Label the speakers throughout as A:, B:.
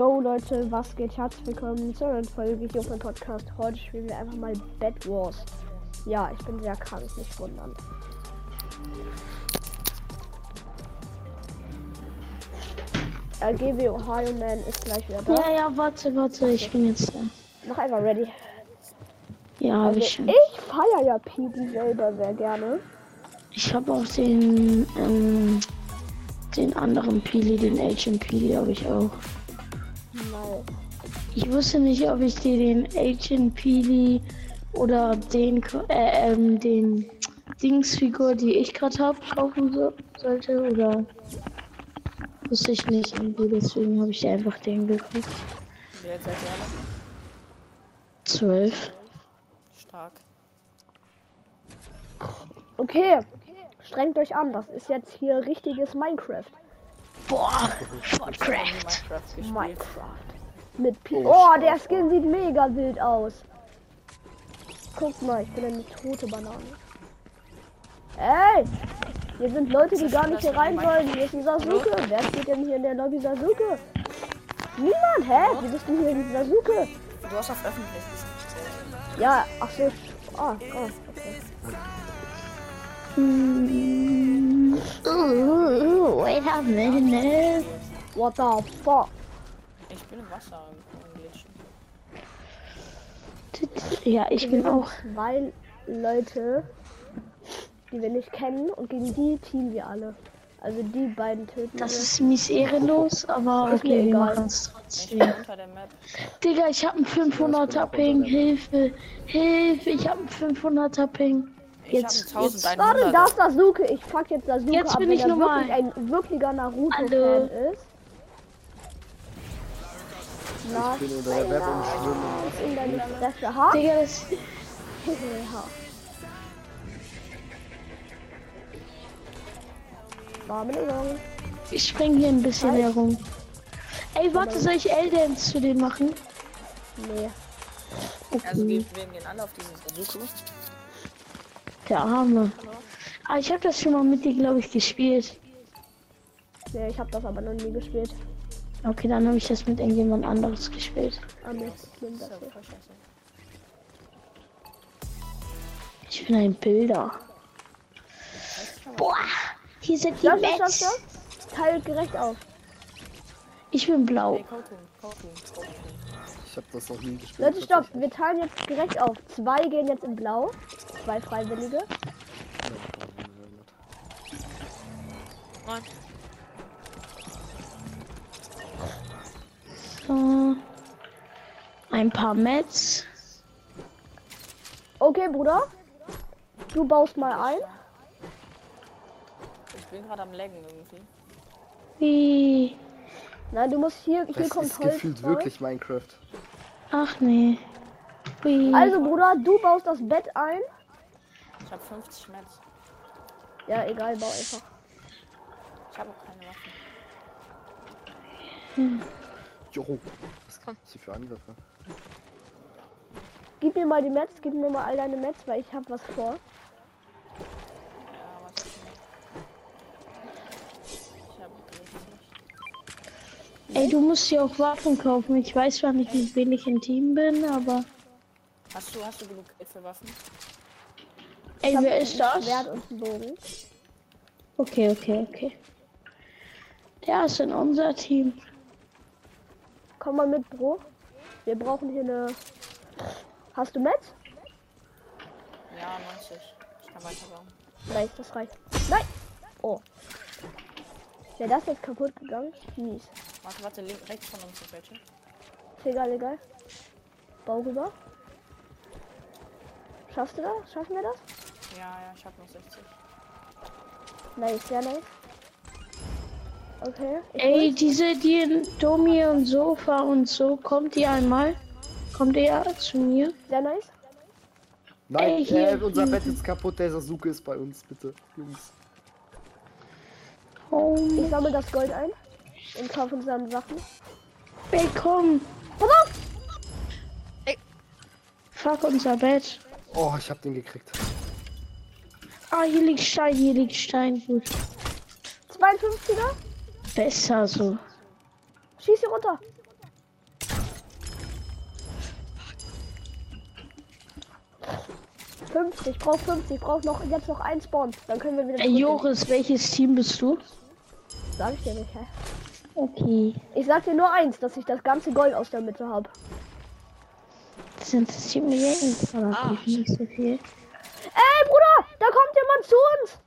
A: Yo Leute, was geht? Herzlich willkommen zu einer Folge hier auf meinem Podcast. Heute spielen wir einfach mal Bad Wars. Ja, ich bin sehr krank, nicht wundern. RGB Äh, Ohio Man ist gleich wieder da.
B: Ja, ja, warte, warte, ich bin jetzt da.
A: Mach einfach ready.
B: Ja, hab
A: Also,
B: ich schon.
A: ich feier ja PD selber sehr gerne.
B: Ich habe auch den, ähm, den anderen Pili, den Agent Pili habe ich auch.
A: Nice.
B: Ich wusste nicht, ob ich dir den Agent Pili oder den, Ko- äh, ähm, den Dingsfigur, die ich gerade habe, kaufen so, sollte oder wusste ich nicht irgendwie, deswegen habe ich dir einfach den gekauft.
C: Wer jetzt seid ihr alle?
B: Zwölf.
C: Stark.
A: Okay, strengt euch an, das ist jetzt hier richtiges Minecraft.
B: Boah,
C: In
B: Shotcraft.
C: Minecraft gespielt.
A: Minecraft. Mit P Oh, der Skin sieht mega wild aus. Guck mal, ich bin eine tote Banane. Ey! Hier sind Leute, die gar nicht hier rein wollen. Hier ist die Sasuke. Wer steht denn hier in der Lobby Sasuke? Niemand, hä? Wie bist du hier in die Sasuke?
C: Du hast auf öffentlich gespielt.
A: Ja, ach so. Ah, oh, okay.
B: Mm. Ooh, Oh, wait a minute.
A: What the fuck?
C: Ich bin im Wasser angekommen, glitschen.
B: Ja, ich bin auch.
A: Zwei Leute, die wir nicht kennen und gegen die ziehen wir alle. Also die beiden töten
B: Das
A: wir.
B: ist mies ehrenlos, aber
A: Ist mir
B: okay, wir
A: egal.
B: machen es
C: Ich bin
B: trotzdem.
C: unter der Map.
B: Digga, ich hab einen 500er Ping. Hilfe, Hilfe, ich hab einen 500er Ping.
C: Ich
B: Jetzt,
C: hab einen
B: jetzt.
C: 1100.
A: Warte, da ist Sasuke. Ich fuck jetzt Sasuke
B: Jetzt
A: ab,
B: bin
A: wenn
B: ich
A: er
B: normal.
A: wirklich ein wirklicher Naruto-Fan
B: Hallo.
A: ist. Na,
D: bin unter der Web und schwimme.
A: in deine Fresse. Ha?
B: Digga, das.
A: ha. Warme Lungen.
B: Ich spring hier ein bisschen
A: Nice.
B: herum. Ey, warte, soll ich L-Dance zu denen machen?
A: Nee.
C: Also wir werden gehen alle auf diesen Versuch.
B: Der Arme. Ah, ich hab das schon mal mit dir, glaube ich, gespielt.
A: Nee, ich hab das aber noch nie gespielt.
B: Okay, dann habe ich das mit irgendjemand anderes gespielt.
A: Am besten das hier.
B: Ich bin ein Bilder. Boah, hier sind die
A: Das ist das
B: Mets.
A: ja. Teilt gerecht auf.
B: Ich bin blau.
C: Hey, Kokun, Kokun, Kokun.
D: Ich hab das noch nie gespielt.
A: Leute, stopp. Wir teilen jetzt gerecht auf. Zwei gehen jetzt in Blau. Zwei Freiwillige.
C: Nein.
B: So. Ein paar Mets.
A: Okay, Bruder. Du baust mal ein.
C: Ich bin gerade am Laggen irgendwie.
B: Wie?
A: Nein, du musst hier, hier
D: Das
A: kommt
D: ist
A: Holz.
D: gefühlt
A: rein.
D: wirklich Minecraft.
B: Ach nee. Wie?
A: Also Bruder, du baust das Bett ein.
C: Ich hab 50 Metz.
A: Ja, egal, bau einfach.
C: Ich habe auch keine Waffen.
D: Jo. Was gibt's hier für Angriffe?
A: Gib mir mal die Mets, gib mir mal all deine Mets, weil ich hab was vor.
C: Ja, was ist denn? Ich hab richtig.
B: Ey, du musst dir auch Waffen kaufen. Ich weiß zwar nicht, wie wenig im Team bin, aber.
C: Hast du, hast du genug Geld für Waffen?
B: Ey,
A: hab
B: wer ist das?
A: Schwert und einen Bogen.
B: Okay, okay, okay. Der ist in unser Team.
A: Komm mal mit, Bro. Wir brauchen hier eine. Hast du Mets?
C: Ja, 90. Ich kann weiterbauen.
A: Nein, das reicht. Nein! Oh. Wäre das jetzt kaputt gegangen? Mies.
C: Warte, warte, link, rechts von uns sind welche.
A: Ist egal, egal. Bau rüber. Schaffst du das? Schaffen wir das?
C: Ja, ja, ich hab noch 60.
A: Nice, sehr nice. Okay. ich
B: Ey,
A: hol's.
B: diese, die in Domi und Sofa und so, kommt ihr einmal? Kommt ihr zu mir?
A: Sehr nice.
D: Nein,
B: Ey, hier-
D: äh, unser Bett ist kaputt. Der Sasuke ist bei uns, bitte. Jungs.
B: Oh,
A: Ich sammle das Gold ein und kaufe uns dann Sachen.
B: ey, komm.
A: Pass auf!
B: Fuck unser Bett.
D: Oh, ich hab den gekriegt.
B: Ah, hier liegt Stein, hier liegt Stein. Gut.
A: 52er,
B: Besser so.
A: schieß hier runter. 50, brauch 50, brauch noch jetzt noch ein Spawn. Dann können wir wieder.
B: Ey,
A: zurück in-
B: Joris, welches Team bist du?
A: Sag ich dir nicht, hä?
B: Okay.
A: Ich sag dir nur eins, dass ich das ganze Gold aus der Mitte habe.
B: Das interessiert mich ja eh
C: Ah.
B: relativ nicht so viel.
A: Ey, Bruder, da kommt jemand zu uns.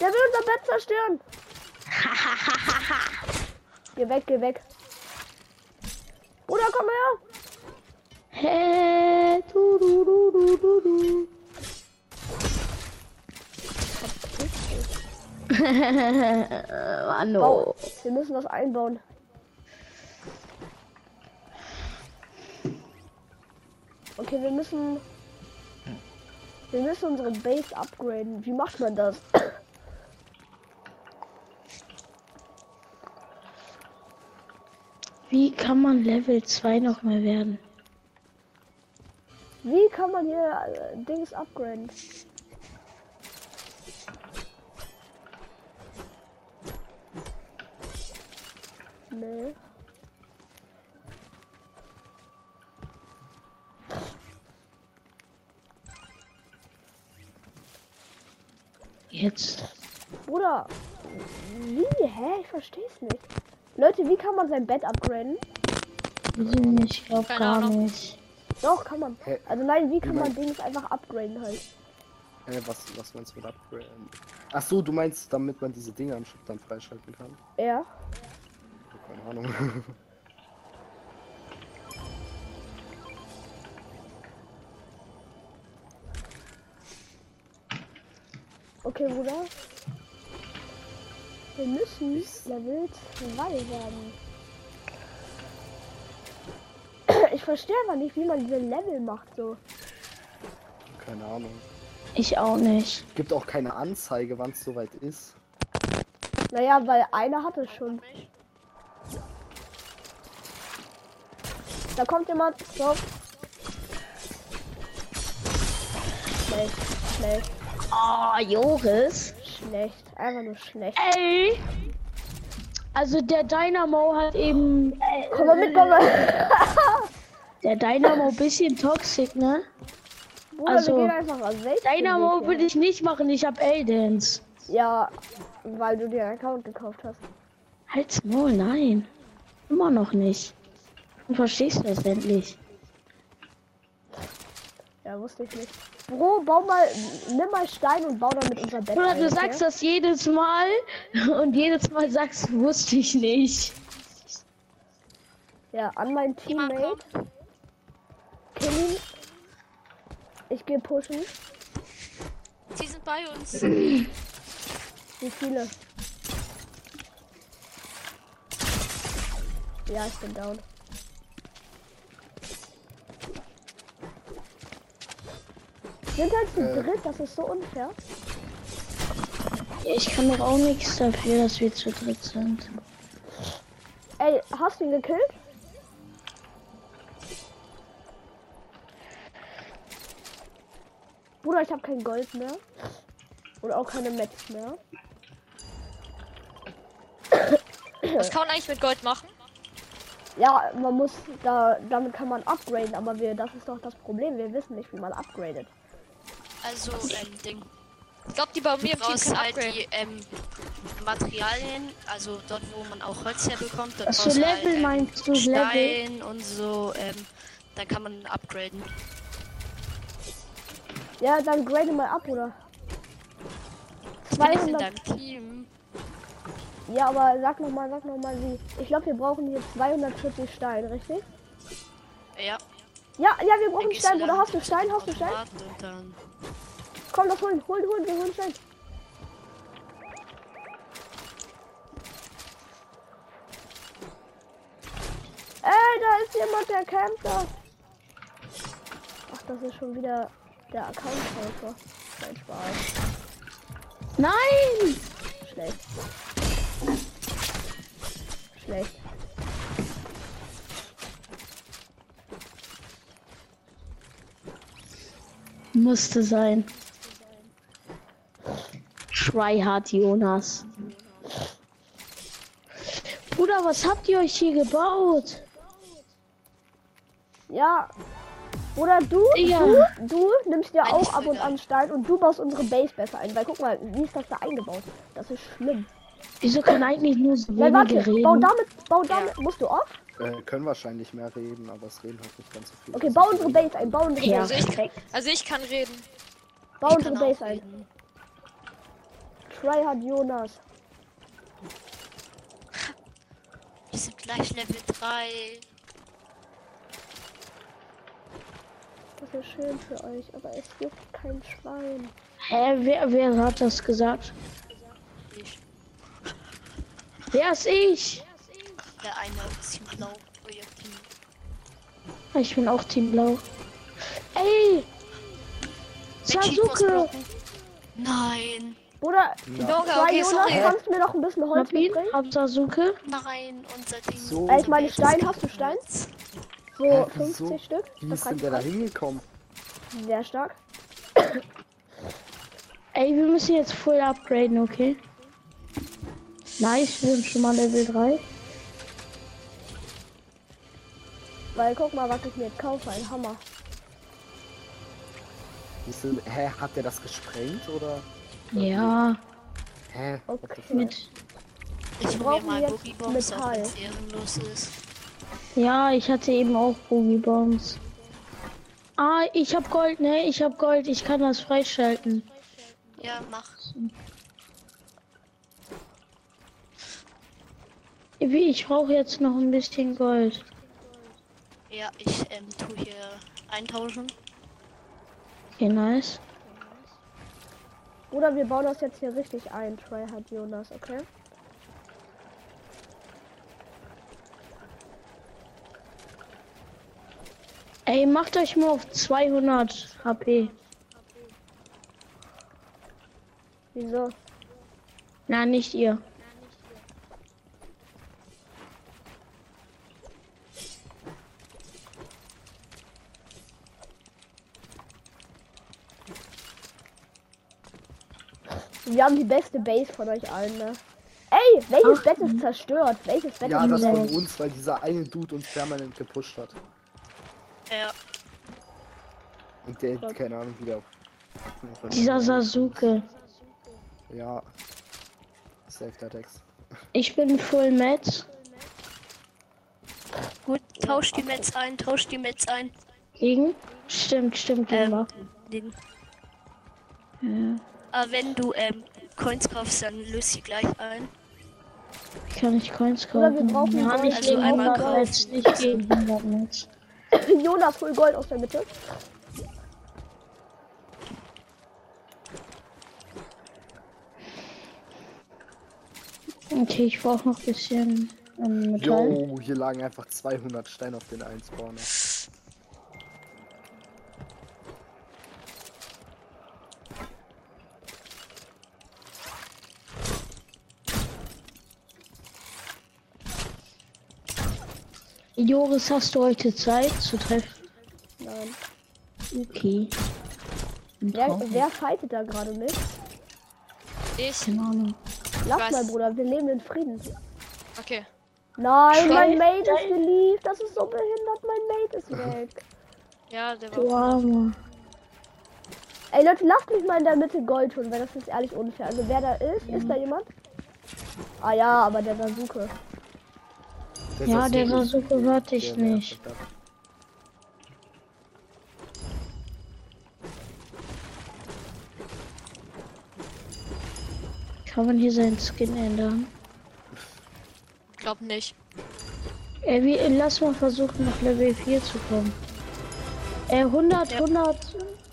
A: Der will unser Bett zerstören. geh weg, geh weg. Bruder, komm her.
B: Hä? Du, du, du, du, du, du. Mano.
A: Bau. Wir müssen das einbauen. Okay, wir müssen. Wir müssen unsere Base upgraden. Wie macht man das?
B: Wie kann man Level 2 nochmal werden?
A: Wie kann man hier äh, Dings upgraden? Nee.
B: Jetzt.
A: Bruder, wie? Hä? Ich versteh's nicht. Leute, wie kann man sein Bett upgraden?
B: Weiß ich nicht, Ich glaube
C: Keine
B: gar
C: Ahnung.
B: nicht.
A: Doch, kann man.
D: Hä?
A: Also nein, wie kann
D: Wie
A: man Dings einfach upgraden halt?
D: Äh, was, was meinst du mit Upgrade? Ach so, du meinst, damit man diese Dinger am Schiff dann freischalten kann?
A: Ja.
D: Keine Ahnung.
A: Okay, Bruder. Wir müssen Level 2 werden. Ich verstehe aber nicht, wie man diese Level macht so.
D: Keine Ahnung.
B: Ich auch nicht.
D: Gibt auch keine Anzeige, wann es soweit ist.
A: Naja, weil einer hat es schon. Da kommt jemand. So. Schlecht, schlecht,
B: Oh, Joris.
A: schlecht. Einfach nur schlecht.
B: Ey. Also der Dynamo hat eben.
A: Komm mal mit, komm
B: äh,
A: mal.
B: Der Dynamo bisschen toxisch, ne?
A: Bruder,
B: Also,
A: wir gehen einfach an Selbst-
B: Dynamo würde ich nicht machen, ich hab Eldens.
A: Ja, weil du dir einen Account gekauft hast.
B: Halt's Maul, nein. Immer noch nicht. Du verstehst das endlich.
A: Ja, wusste ich nicht. Bro, bau mal, nimm mal Stein und bau damit unser Bett.
B: Oder
A: ein,
B: du
A: okay?
B: sagst das jedes Mal und jedes Mal sagst, du, wusste ich nicht.
A: Ja, an meinen Teammate. Kill ihn. Ich gehe pushen.
E: Sie sind bei uns.
A: Wie viele? Ja, ich bin down. Sind halt zu dritt, das ist so unfair.
B: Ich kann doch auch nichts dafür, dass wir zu dritt sind.
A: Ey, hast du ihn gekillt? Bruder, ich habe kein Gold mehr. Und auch keine Metz mehr.
E: Was kann man eigentlich mit Gold machen?
A: Ja, man muss da, damit kann man upgraden, aber wir, das ist doch das Problem. Wir wissen nicht, wie man upgradet.
F: Also, ähm, Ding. Ich glaube, die bei mir im Team
E: Raus,
F: können halt
E: upgrade.
F: die ähm, Materialien, also dort, wo man auch Holz herbekommt, dort
B: Achso,
F: brauchst du halt,
B: Level
F: ähm,
B: meinst du, Level?
F: Stein und so, ähm, da kann man upgraden.
A: Ja, dann grade mal ab, oder?
F: Ich bin nicht in
A: 200
F: deinem Team.
A: Ja, aber sag noch mal, sag noch mal wie. Ich glaube, wir brauchen hier 240 Stein, richtig?
F: Ja,
A: Ja, ja, wir brauchen
F: dann gehst
A: Stein,
F: du
A: oder
F: dann
A: hast du Stein? Hast du Stein?
F: Automaten Und dann
A: Komm, das holen, holen, holen, wir holen Stein. Ey, da ist jemand, der campt da. Ach, das ist schon wieder der Account-Helfer. Kein Spaß.
B: Nein!
A: Schlecht. Schlecht.
B: Musste sein. Try hard, Jonas. Bruder, was habt ihr euch hier gebaut?
A: Ja, Oder du,
B: Ja.
A: du, du nimmst ja
F: Nein,
A: auch
F: ich
A: ab
F: will
A: und
F: gar
A: an Stein und du baust unsere Base besser ein, weil guck mal, wie ist das da eingebaut? Das ist schlimm.
B: Wieso kann eigentlich nur so
A: Nein, warte, oh,
B: wenige reden?
A: bau damit, bau damit, musst du auf?
D: Äh, können wahrscheinlich mehr reden, aber es reden halt nicht ganz so viel.
A: Okay,
D: Also,
A: bau unsere Base ein, bau unsere
B: Ja.
A: Base ein.
E: Also ich kann reden.
A: Bau unsere Base ein. Tryhard Jonas.
F: Wir sind gleich Level 3.
A: Das ist schön für euch, aber es gibt kein Schwein.
B: Hä, wer, wer hat das gesagt? Wer ist ich?
F: Der eine ist Oh, im Blau. Euer Team.
B: Ich bin auch Team Blau. Ey!
F: Der Cheat war's
B: Sasuke!
F: blocken. Nein,
A: Bruder,
E: Noga,
A: Try
E: okay,
A: Jonas,
E: sorry.
A: kannst du mir noch ein bisschen Holz
B: Hab ihn,
A: mitbringen?
B: hab Sasuke.
F: nein, unser Team.
D: So,
A: Ey, ich meine Stein, hast du Stein? So
D: Hä, wieso?
A: 50 Stück?
D: wie
A: Das
D: ist denn
A: reicht
D: der da hingekommen?
A: sehr stark.
B: Ey, wir müssen jetzt voll upgraden, okay? Nice, wir sind schon mal Level 3.
A: Weil guck mal, was ich mir jetzt kaufe, ein Hammer.
D: Wie ist denn, hä, hat der das gesprengt oder?
B: Ja,
D: Hä? what the
A: Okay.
D: fuck?
B: mit.
F: Ich hol mir
A: brauchen
F: mal
A: jetzt
F: Boogie Bombs, auch
A: Metall.
F: wenn es ehrenlos ist.
B: Ja, ich hatte eben auch Boogie Bombs. Ah, ich hab Gold, ne? Ich hab Gold, ich kann das freischalten.
F: Ja, mach.
B: Wie, ich brauche jetzt noch ein bisschen Gold.
F: Ja, ich ähm, tu hier eintauschen.
B: Okay, nice.
A: Bruder, wir bauen das jetzt hier richtig ein, Tryhard Jonas, okay?
B: Ey, macht euch mal auf 200 HP.
A: Wieso?
B: Na, nicht ihr.
A: Wir haben die beste Base von euch allen, ne? Ey, welches Bett ist zerstört? Welches Bett
D: Ja,
A: ist
D: das von
A: zerstört?
D: uns, weil dieser eine Dude uns permanent gepusht hat.
F: Ja,
D: Und der, keine Ahnung, wie der.
B: Dieser Sasuke.
D: Ja. Safe der Text.
B: Ich bin Full Metz.
F: gut, tausch die Mets ein, tausch die Mets ein.
B: Gegen? Stimmt, stimmt,
F: Ähm,
B: Lima.
F: Den. Aber wenn du ähm, Coins kaufst, dann löst sie gleich ein.
B: Kann ich Coins kaufen?
A: Oder wir brauchen
B: ja,
A: Gold.
B: nicht
F: Also
B: gegen
F: einmal
B: 100 Metz, nicht gegen 100 Metz.
A: Jonas, hol Gold aus der Mitte.
B: Okay, ich brauche noch ein bisschen ähm, Metall.
D: Yo, hier lagen einfach 200 Steine auf den einen Spawner.
B: Joris, hast du heute Zeit zu treffen?
A: Nein.
B: Okay.
A: Wer, wer fightet da gerade mit?
E: Ich?
B: Keine Ahnung.
A: Lass
E: Was?
A: mal, Bruder, wir leben in Frieden.
E: Okay.
A: Nein, mein
B: Nein,
A: Mate ist geliebt. Das ist so behindert. Mein Mate ist weg.
E: Ja, der war.
B: Du Armer.
A: Ey, Leute, lasst mich mal in der Mitte Gold holen, weil das ist ehrlich unfair. Also, wer da ist, ist da
B: Mhm.
A: jemand? Ah ja, aber der Sasuke.
B: Ja, der Sasuke hört dich
D: Der nervt
B: nicht.
D: verdammt.
B: Kann man hier seinen Skin ändern?
E: Glaub nicht.
B: Ey, wie, Äh, lass mal versuchen, nach Level 4 zu kommen. Äh, Ey, 100, 100,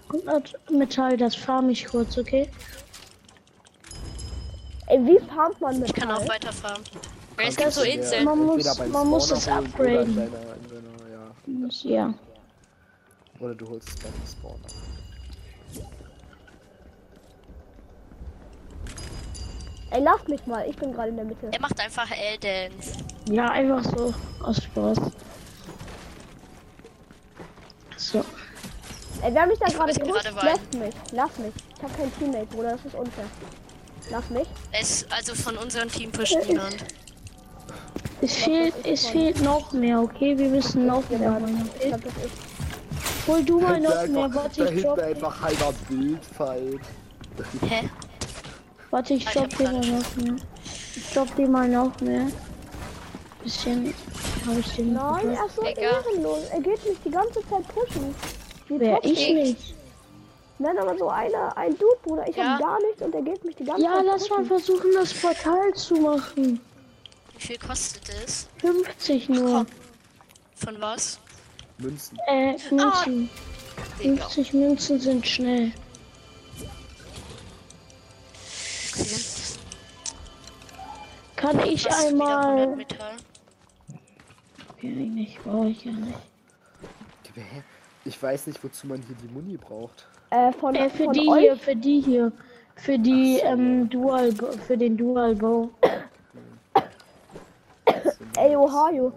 B: 100 Metall, das farm ich kurz, okay?
A: Ey, wie farmt man mit?
F: Ich kann auch weiterfahren.
E: Weil es gibt
D: Kannst
E: so
D: du dir
E: Inseln.
B: Man muss-
D: entweder beim
B: man muss
D: Spawner
B: es
D: holen oder in
B: upgraden.
D: deiner- in deiner- ja.
B: Ja.
D: Oder du holst es beim Spawner.
A: Ey, lasst mich mal. Ich bin gerade in der Mitte.
F: Er macht einfach Elden.
B: Ja, einfach so. Aus Spaß. So.
A: Ey, wer mich da gerade
F: muss
A: pusht,
F: gerade weinen.
A: lasst mich. Lasst mich. Ich hab kein Teammate, Bruder. Das ist unfair. Lass mich.
F: Es, also von unserem Team pusht niemand.
B: Es fehlt, es fehlt noch mehr, okay? Wir müssen noch mehr machen,
A: Ich
B: okay?
A: glaub, das ist.
B: Hol du mal
D: Da
B: noch mehr,
D: einfach,
B: warte,
D: da
B: ich
D: hinten
B: drop,
D: einfach halber Bildfall.
F: Hä?
B: warte, ich
F: Ah, ich
B: drop
F: hab
B: dir mal noch mehr. Ich drop dir mal noch mehr. Bisschen habe ich den.
A: Nein, also er ist so
E: Digga.
A: ehrenlos. Er geht mich die ganze Zeit pushen. Wie
B: Wer?
A: top-
B: Ich nicht.
A: Nein, aber so einer, ein Dude, Bruder. Ich
E: Ja.
A: hab gar nichts und er geht mich die ganze
B: Ja,
A: Zeit
B: lass mal
A: pushen.
B: versuchen, das Portal zu machen.
F: Wie viel kostet es?
B: 50 nur.
F: Von was?
D: Münzen.
B: Äh, Münzen.
F: Digga.
B: 50 Münzen sind schnell. Kann ich
F: Hast du wieder 100
B: einmal.
F: Metall?
B: Ja, nicht, brauche ich ja nicht.
D: Ich weiß nicht, wozu man hier die Muni braucht.
A: Äh, von,
B: Äh, für
A: von
B: die
A: euch.
B: hier, für die hier. Für die, ähm, Dual, für den Dualbau.
A: Ey, Ohio.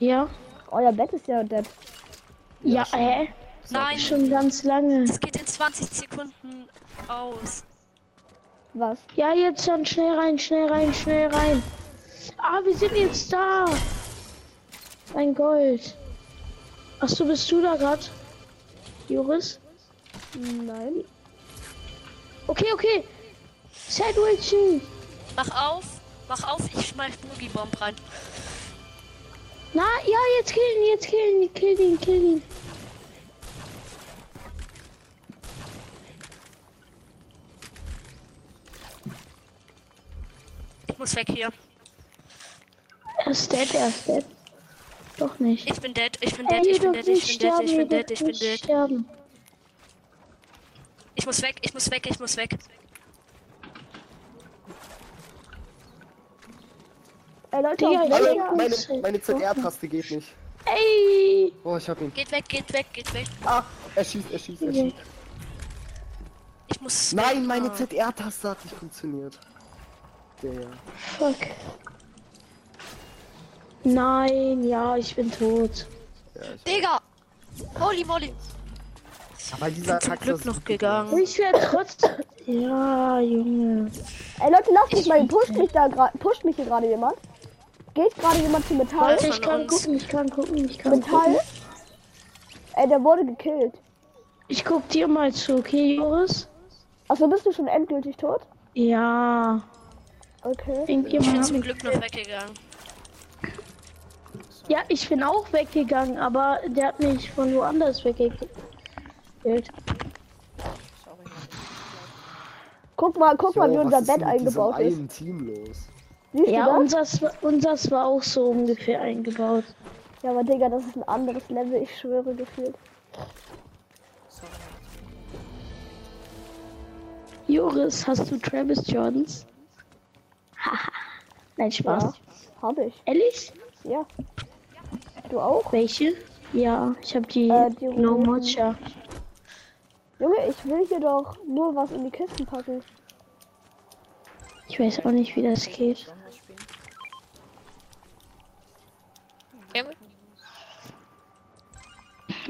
B: Ja?
A: Euer Bett ist ja dead.
B: Ja, hä?
F: Nein,
B: Schon ganz lange.
F: es geht in 20 Sekunden aus.
A: Was?
B: Ja, jetzt dann schnell rein, schnell rein, schnell rein. Ah, wir sind jetzt da. Ein Gold. Ach so, bist du da grad? Joris?
A: Nein.
B: Okay, okay. Sandwichen.
F: Mach auf, mach auf, ich schmeiß Boogie-Bomb rein.
B: Na, ja, jetzt killen, jetzt killen, kill ihn, kill ihn.
F: Ich muss weg hier.
B: Er ist dead, er ist dead. Doch nicht.
F: Ich bin dead, ich bin
B: Ey,
F: dead, ich
B: ihr
F: bin
B: dürft
F: dead, ich bin
B: nicht
F: dead, ich bin
B: sterben, ihr
F: dead,
B: dürft
F: ich bin
B: nicht
F: dead.
B: sterben.
F: Ich muss weg, ich muss weg, ich muss weg.
A: Ey, Leute,
B: Digga,
A: auf
B: ich
A: welcher-
B: hab-
D: Meine, meine, meine ZR-Taste geht nicht.
B: Ey!
D: Oh, ich hab ihn.
F: Geht weg, geht weg, geht weg.
D: Ah, er schießt, er schießt, er schießt.
F: Ich muss.
D: Nein, meine
F: Ah.
D: ZR-Taste hat nicht funktioniert. Der, ja.
B: Fuck. Nein, ja, ich bin tot.
E: Digga! Holy moly!
D: Aber dieser
F: Zum
D: Charakter
F: Glück noch gegangen.
B: Ich werde trotzdem. Ja, Junge.
A: Ey, Leute, lasst mich mal. Pusht mich da gerade. Pusht mich hier gerade jemand. Geht gerade jemand zu Metall?
F: Was?
B: Warte, ich
F: von
B: kann
F: uns.
B: gucken, ich kann gucken, ich
D: Äh,
B: kann
A: Metall?
B: gucken.
A: Ey, der wurde gekillt.
B: Ich guck dir mal zu, okay, Joris?
A: Achso, bist du schon endgültig tot?
B: Ja.
A: Okay.
F: Ich bin
B: Irgendjemand hat
F: zum
B: mich...
F: Glück noch weggegangen.
B: Ja, ich bin auch weggegangen, aber der hat mich von woanders weggekillt.
C: Sorry.
A: Guck mal, guck mal, wie
D: Jo, was
A: unser
D: ist
A: Bett
D: denn mit diesem
A: eingebaut ist.
D: einen Team los.
A: Siehst
B: Ja,
A: du das?
B: unseres, war- unseres war auch so ungefähr eingebaut.
A: Ja, aber Digga, das ist ein anderes Level, ich schwöre gefühlt.
C: Sorry.
B: Joris, hast du Travis Jordans? Haha. Nein, Spaß.
A: Ja. Hab ich.
B: Ehrlich?
A: Ja. Du auch?
B: Welche? Ja, ich habe die,
A: Äh, die
B: No
A: roten.
B: Mocha.
A: Junge, ich will hier doch nur was in die Kisten packen.
B: Ich weiß auch nicht, wie das geht.
C: Sollen wir das spielen?
E: Junge,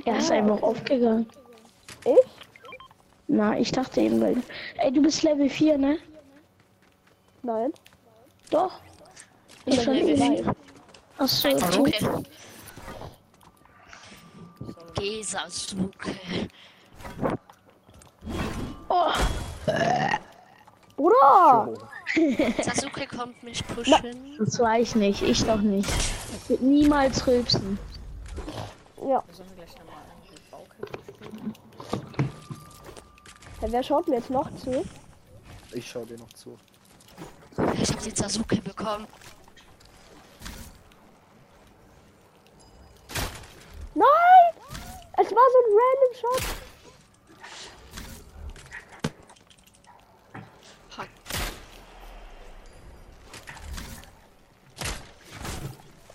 B: Er ist einfach aufgegangen.
A: Ah. Ich?
B: Na, ich dachte eben, weil. Ey, du bist Level 4, ne?
A: Nein.
B: Doch.
A: Ich
B: Ich
A: bin
B: schon
A: Level
B: ewig. Achso, okay.
F: Okay. Gesasuke.
B: Oh,
A: Bruder!
F: Sasuke kommt mich pushen.
B: das war ich nicht. Ich doch nicht. Ich würd niemals rülpsen.
A: Ja,
C: Sollen wir gleich nochmal einen Baukampf spielen?
A: Hey, wer schaut mir jetzt noch zu?
D: Ich schau dir noch zu.
F: Ich hab den Sasuke bekommen.
A: Nein! Es war so ein random Shot.
F: Fuck.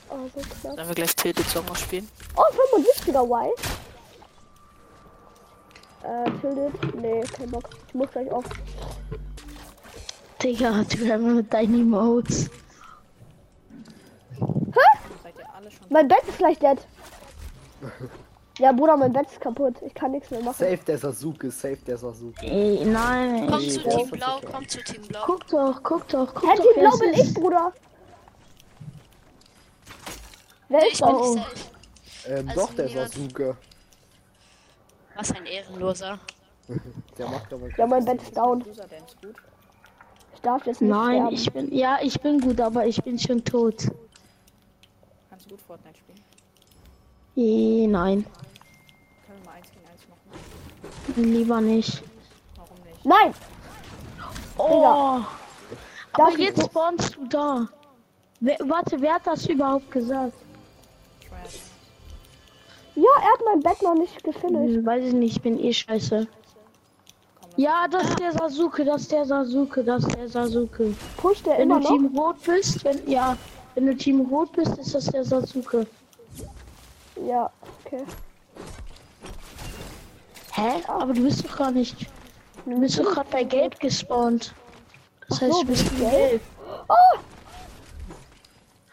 A: Oh, so knapp.
C: Sollen wir gleich Tilted Song spielen?
A: Oh, 75er Wild. Äh, Tilted? Nee, kein Bock. Ich muss gleich auf.
B: Digga, du immer mit deinen Emotes.
C: Seid ihr alle schon
A: Mein Bett ist gleich dead. Ja, Bruder, mein Bett ist kaputt. Ich kann nichts mehr machen.
D: Safe der Sasuke, safe der Sasuke.
B: Ey, nein.
F: Komm
D: Nee,
F: zu
D: das
F: Team
D: ist
F: Blau,
D: okay.
F: komm zu Team Blau.
B: Guck doch, guck doch, guck
A: Hätte
B: doch. wer
A: Blau
B: es
A: bin
B: ist.
A: ich, Bruder. Wer ist
F: Ich
A: da?
F: bin
B: Oh.
F: nicht safe.
D: Ähm,
F: Also
D: doch der
F: niemand-
D: Sasuke.
F: Was ein Ehrenloser.
D: Der macht aber.
A: Ja, mein Bett ist down.
C: Loser Dance gut.
A: Ich darf jetzt nicht
B: Nein,
A: sterben.
B: ich bin, ja, ich bin gut, aber ich bin schon tot.
C: Kannst du gut Fortnite spielen?
B: Eh, nein,
C: Können wir mal eins gegen eins machen?
B: lieber nicht.
C: Warum nicht?
A: Nein!
B: Oh,
A: Darf
B: aber
A: ich-
B: jetzt spawnst du da. Wer, warte, wer hat das überhaupt gesagt?
C: Trash.
A: Ja, er hat mein Bett noch nicht gefinisht.
B: Hm, weiß ich nicht, ich bin eh scheiße. Ja, das ist der Sasuke, das ist der Sasuke, das ist der Sasuke.
A: Pusht er
B: Wenn
A: immer
B: du
A: noch?
B: Team Rot bist, wenn, ja, wenn du Team Rot bist, ist das der Sasuke.
A: Ja, okay.
B: Hä? Aber du bist doch gar nicht. Du bist doch gerade bei Gelb gespawnt. Das heißt,
A: so,
B: du bist
A: bist du
B: in Gelb.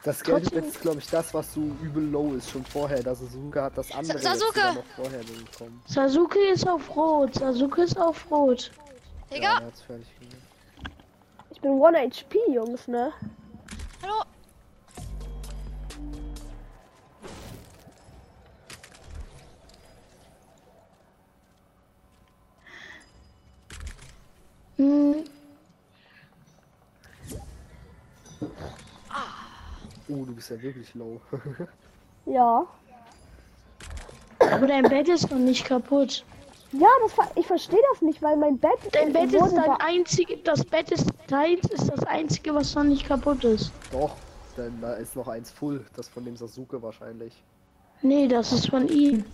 D: Das Geld
B: Trotzdem-
D: ist, glaube ich, das, was so übel low ist, schon vorher. Das Sasuke hat das andere jetzt
E: Sasuke!
D: sogar noch vorher bekommen.
B: Sasuke ist auf Rot. Sasuke ist auf Rot.
E: Digga,
D: er hat's fertig gemacht.
A: Ich bin 1 HP, Jungs, ne?
E: hallo.
B: Hm,
D: Oh, du bist ja wirklich low.
A: Ja.
B: aber dein Bett ist noch nicht kaputt.
A: Ja, das ver ich verstehe das nicht, weil mein Bett.
B: Dein Bett
A: wurde
B: ist dein
A: da-
B: einzige. Das Bett ist deins ist das einzige, was noch nicht kaputt ist.
D: Doch, denn da ist noch eins full. Das von dem Sasuke wahrscheinlich.
B: Nee, das ist von ihm.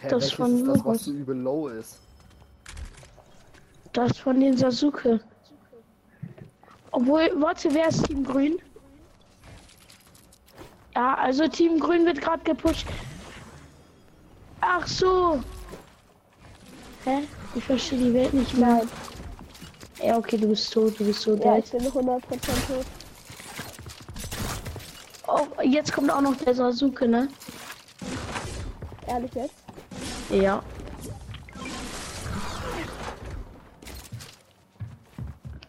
D: Hä,
B: Das
D: welches
B: von
D: ist das,
B: Lukas.
D: was so übel low ist.
B: Das von den Sasuke. Obwohl, warte, wer ist Team Grün? Ja, also Team Grün wird gerade gepusht. Ach so. Hä? Ich verstehe die Welt nicht mehr.
A: Nein.
B: Ja, okay, du bist tot, du bist tot.
A: Ja,
B: der
A: ich bin 100% tot.
B: ist- Oh, jetzt kommt auch noch der Sasuke, ne?
A: Ehrlich jetzt.
B: Ja.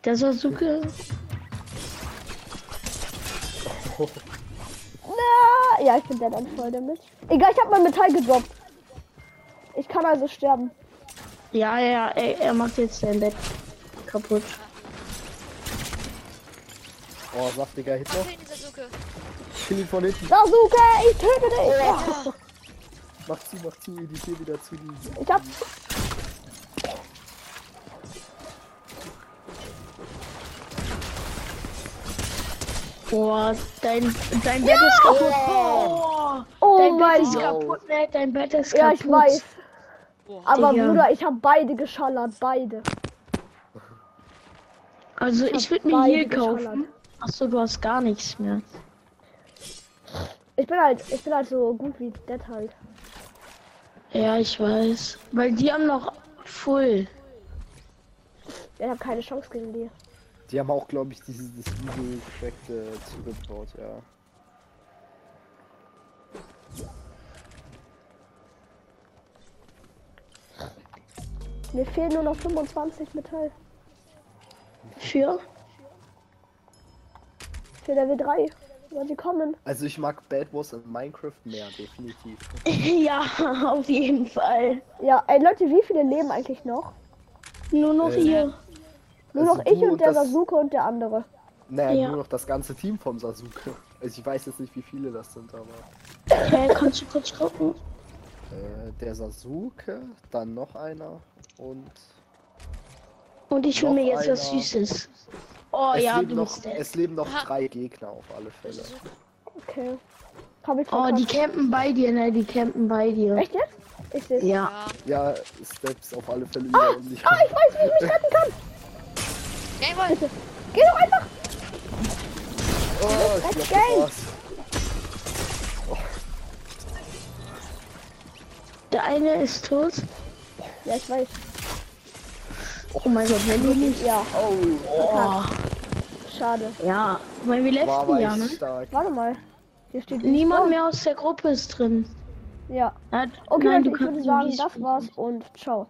B: Der Sasuke.
A: Na, ja, ich bin dead dann voll damit. Egal, ich hab mein Metall gedroppt. Ich kann also sterben.
B: Ja, ja, er, er macht jetzt sein Bett kaputt.
D: Oh, saftiger Hit noch.
E: Waffe in dieser Sucke.
D: Ich bin ihn von hinten.
A: Sasuke, ich töte dich!
D: Mach zu, mach zu, die Tür wieder zu. Die...
A: Ich hab.
B: Boah, dein, dein Bett ist kaputt. Boah,
A: Oh
B: dein Bett
A: mein
B: ist
A: Gott.
B: kaputt, ne? Dein Bett ist
A: Ja,
B: kaputt.
A: ich weiß. Aber
B: Digga.
A: Bruder, ich hab beide geschallert. Beide.
B: Also ich würde mir
A: beide
B: hier kaufen.
A: geschallert.
B: Achso, du hast gar nichts mehr.
A: Ich bin halt, ich bin halt so gut wie dead halt.
B: Ja, ich weiß. Weil die haben noch voll.
A: Ich hab keine Chance gegen die.
D: die haben auch, glaube ich, dieses das übel gefleckte zugebaut, ja.
A: Mir fehlen nur noch 25 Metall.
B: Für?
A: Für Level 3. Ja, sie kommen.
D: Also ich mag Bad Wars in Minecraft mehr, definitiv.
B: ja, auf jeden Fall.
A: Ja, ey Leute, wie viele leben eigentlich noch?
B: Nur noch
D: Äh,
B: ihr.
A: Nur
D: Also
A: noch ich
D: du
A: und der
D: das-
A: Sasuke und der andere.
D: Naja,
B: Ja.
D: nur noch das ganze Team vom Sasuke. Also ich weiß jetzt nicht, wie viele das sind, aber...
B: Hä, kannst du kurz gucken?
D: Äh, der Sasuke, dann noch einer und...
B: Und ich hol
D: Noch
B: mir jetzt was
D: einer.
B: Süßes. Oh ja,
D: leben
B: du
D: noch,
B: bist der.
D: es leben noch drei Gegner auf alle Fälle.
A: Okay. Hab ich
B: Oh, die
A: verkackt.
B: campen bei dir, ne? Die campen bei dir.
A: Echt jetzt? Ich seh's.
B: Ja.
D: Ja, Steps auf alle Fälle über und ich...
A: Ah, ich weiß, wie ich mich retten kann.
E: Gameboy.
A: Geh doch einfach.
D: Oh, ich glaub, das
A: Game.
D: war's.
B: Der eine ist tot.
A: Ja, ich weiß.
B: Oh mein Gott, wenn du nicht.
A: Ja,
B: Oh,
A: schade.
B: ja. Weil wir
D: War
B: letzten
D: aber
B: Jahr,
D: echt
B: ne?
D: stark.
A: Warte mal. Hier steht
B: Niemand mehr aus der Gruppe ist drin.
A: Ja.
B: Ja,
A: Okay,
B: nein,
A: Leute, ich würde
B: kannst
A: sagen,
B: nicht
A: das
B: spielen.
A: war's und ciao.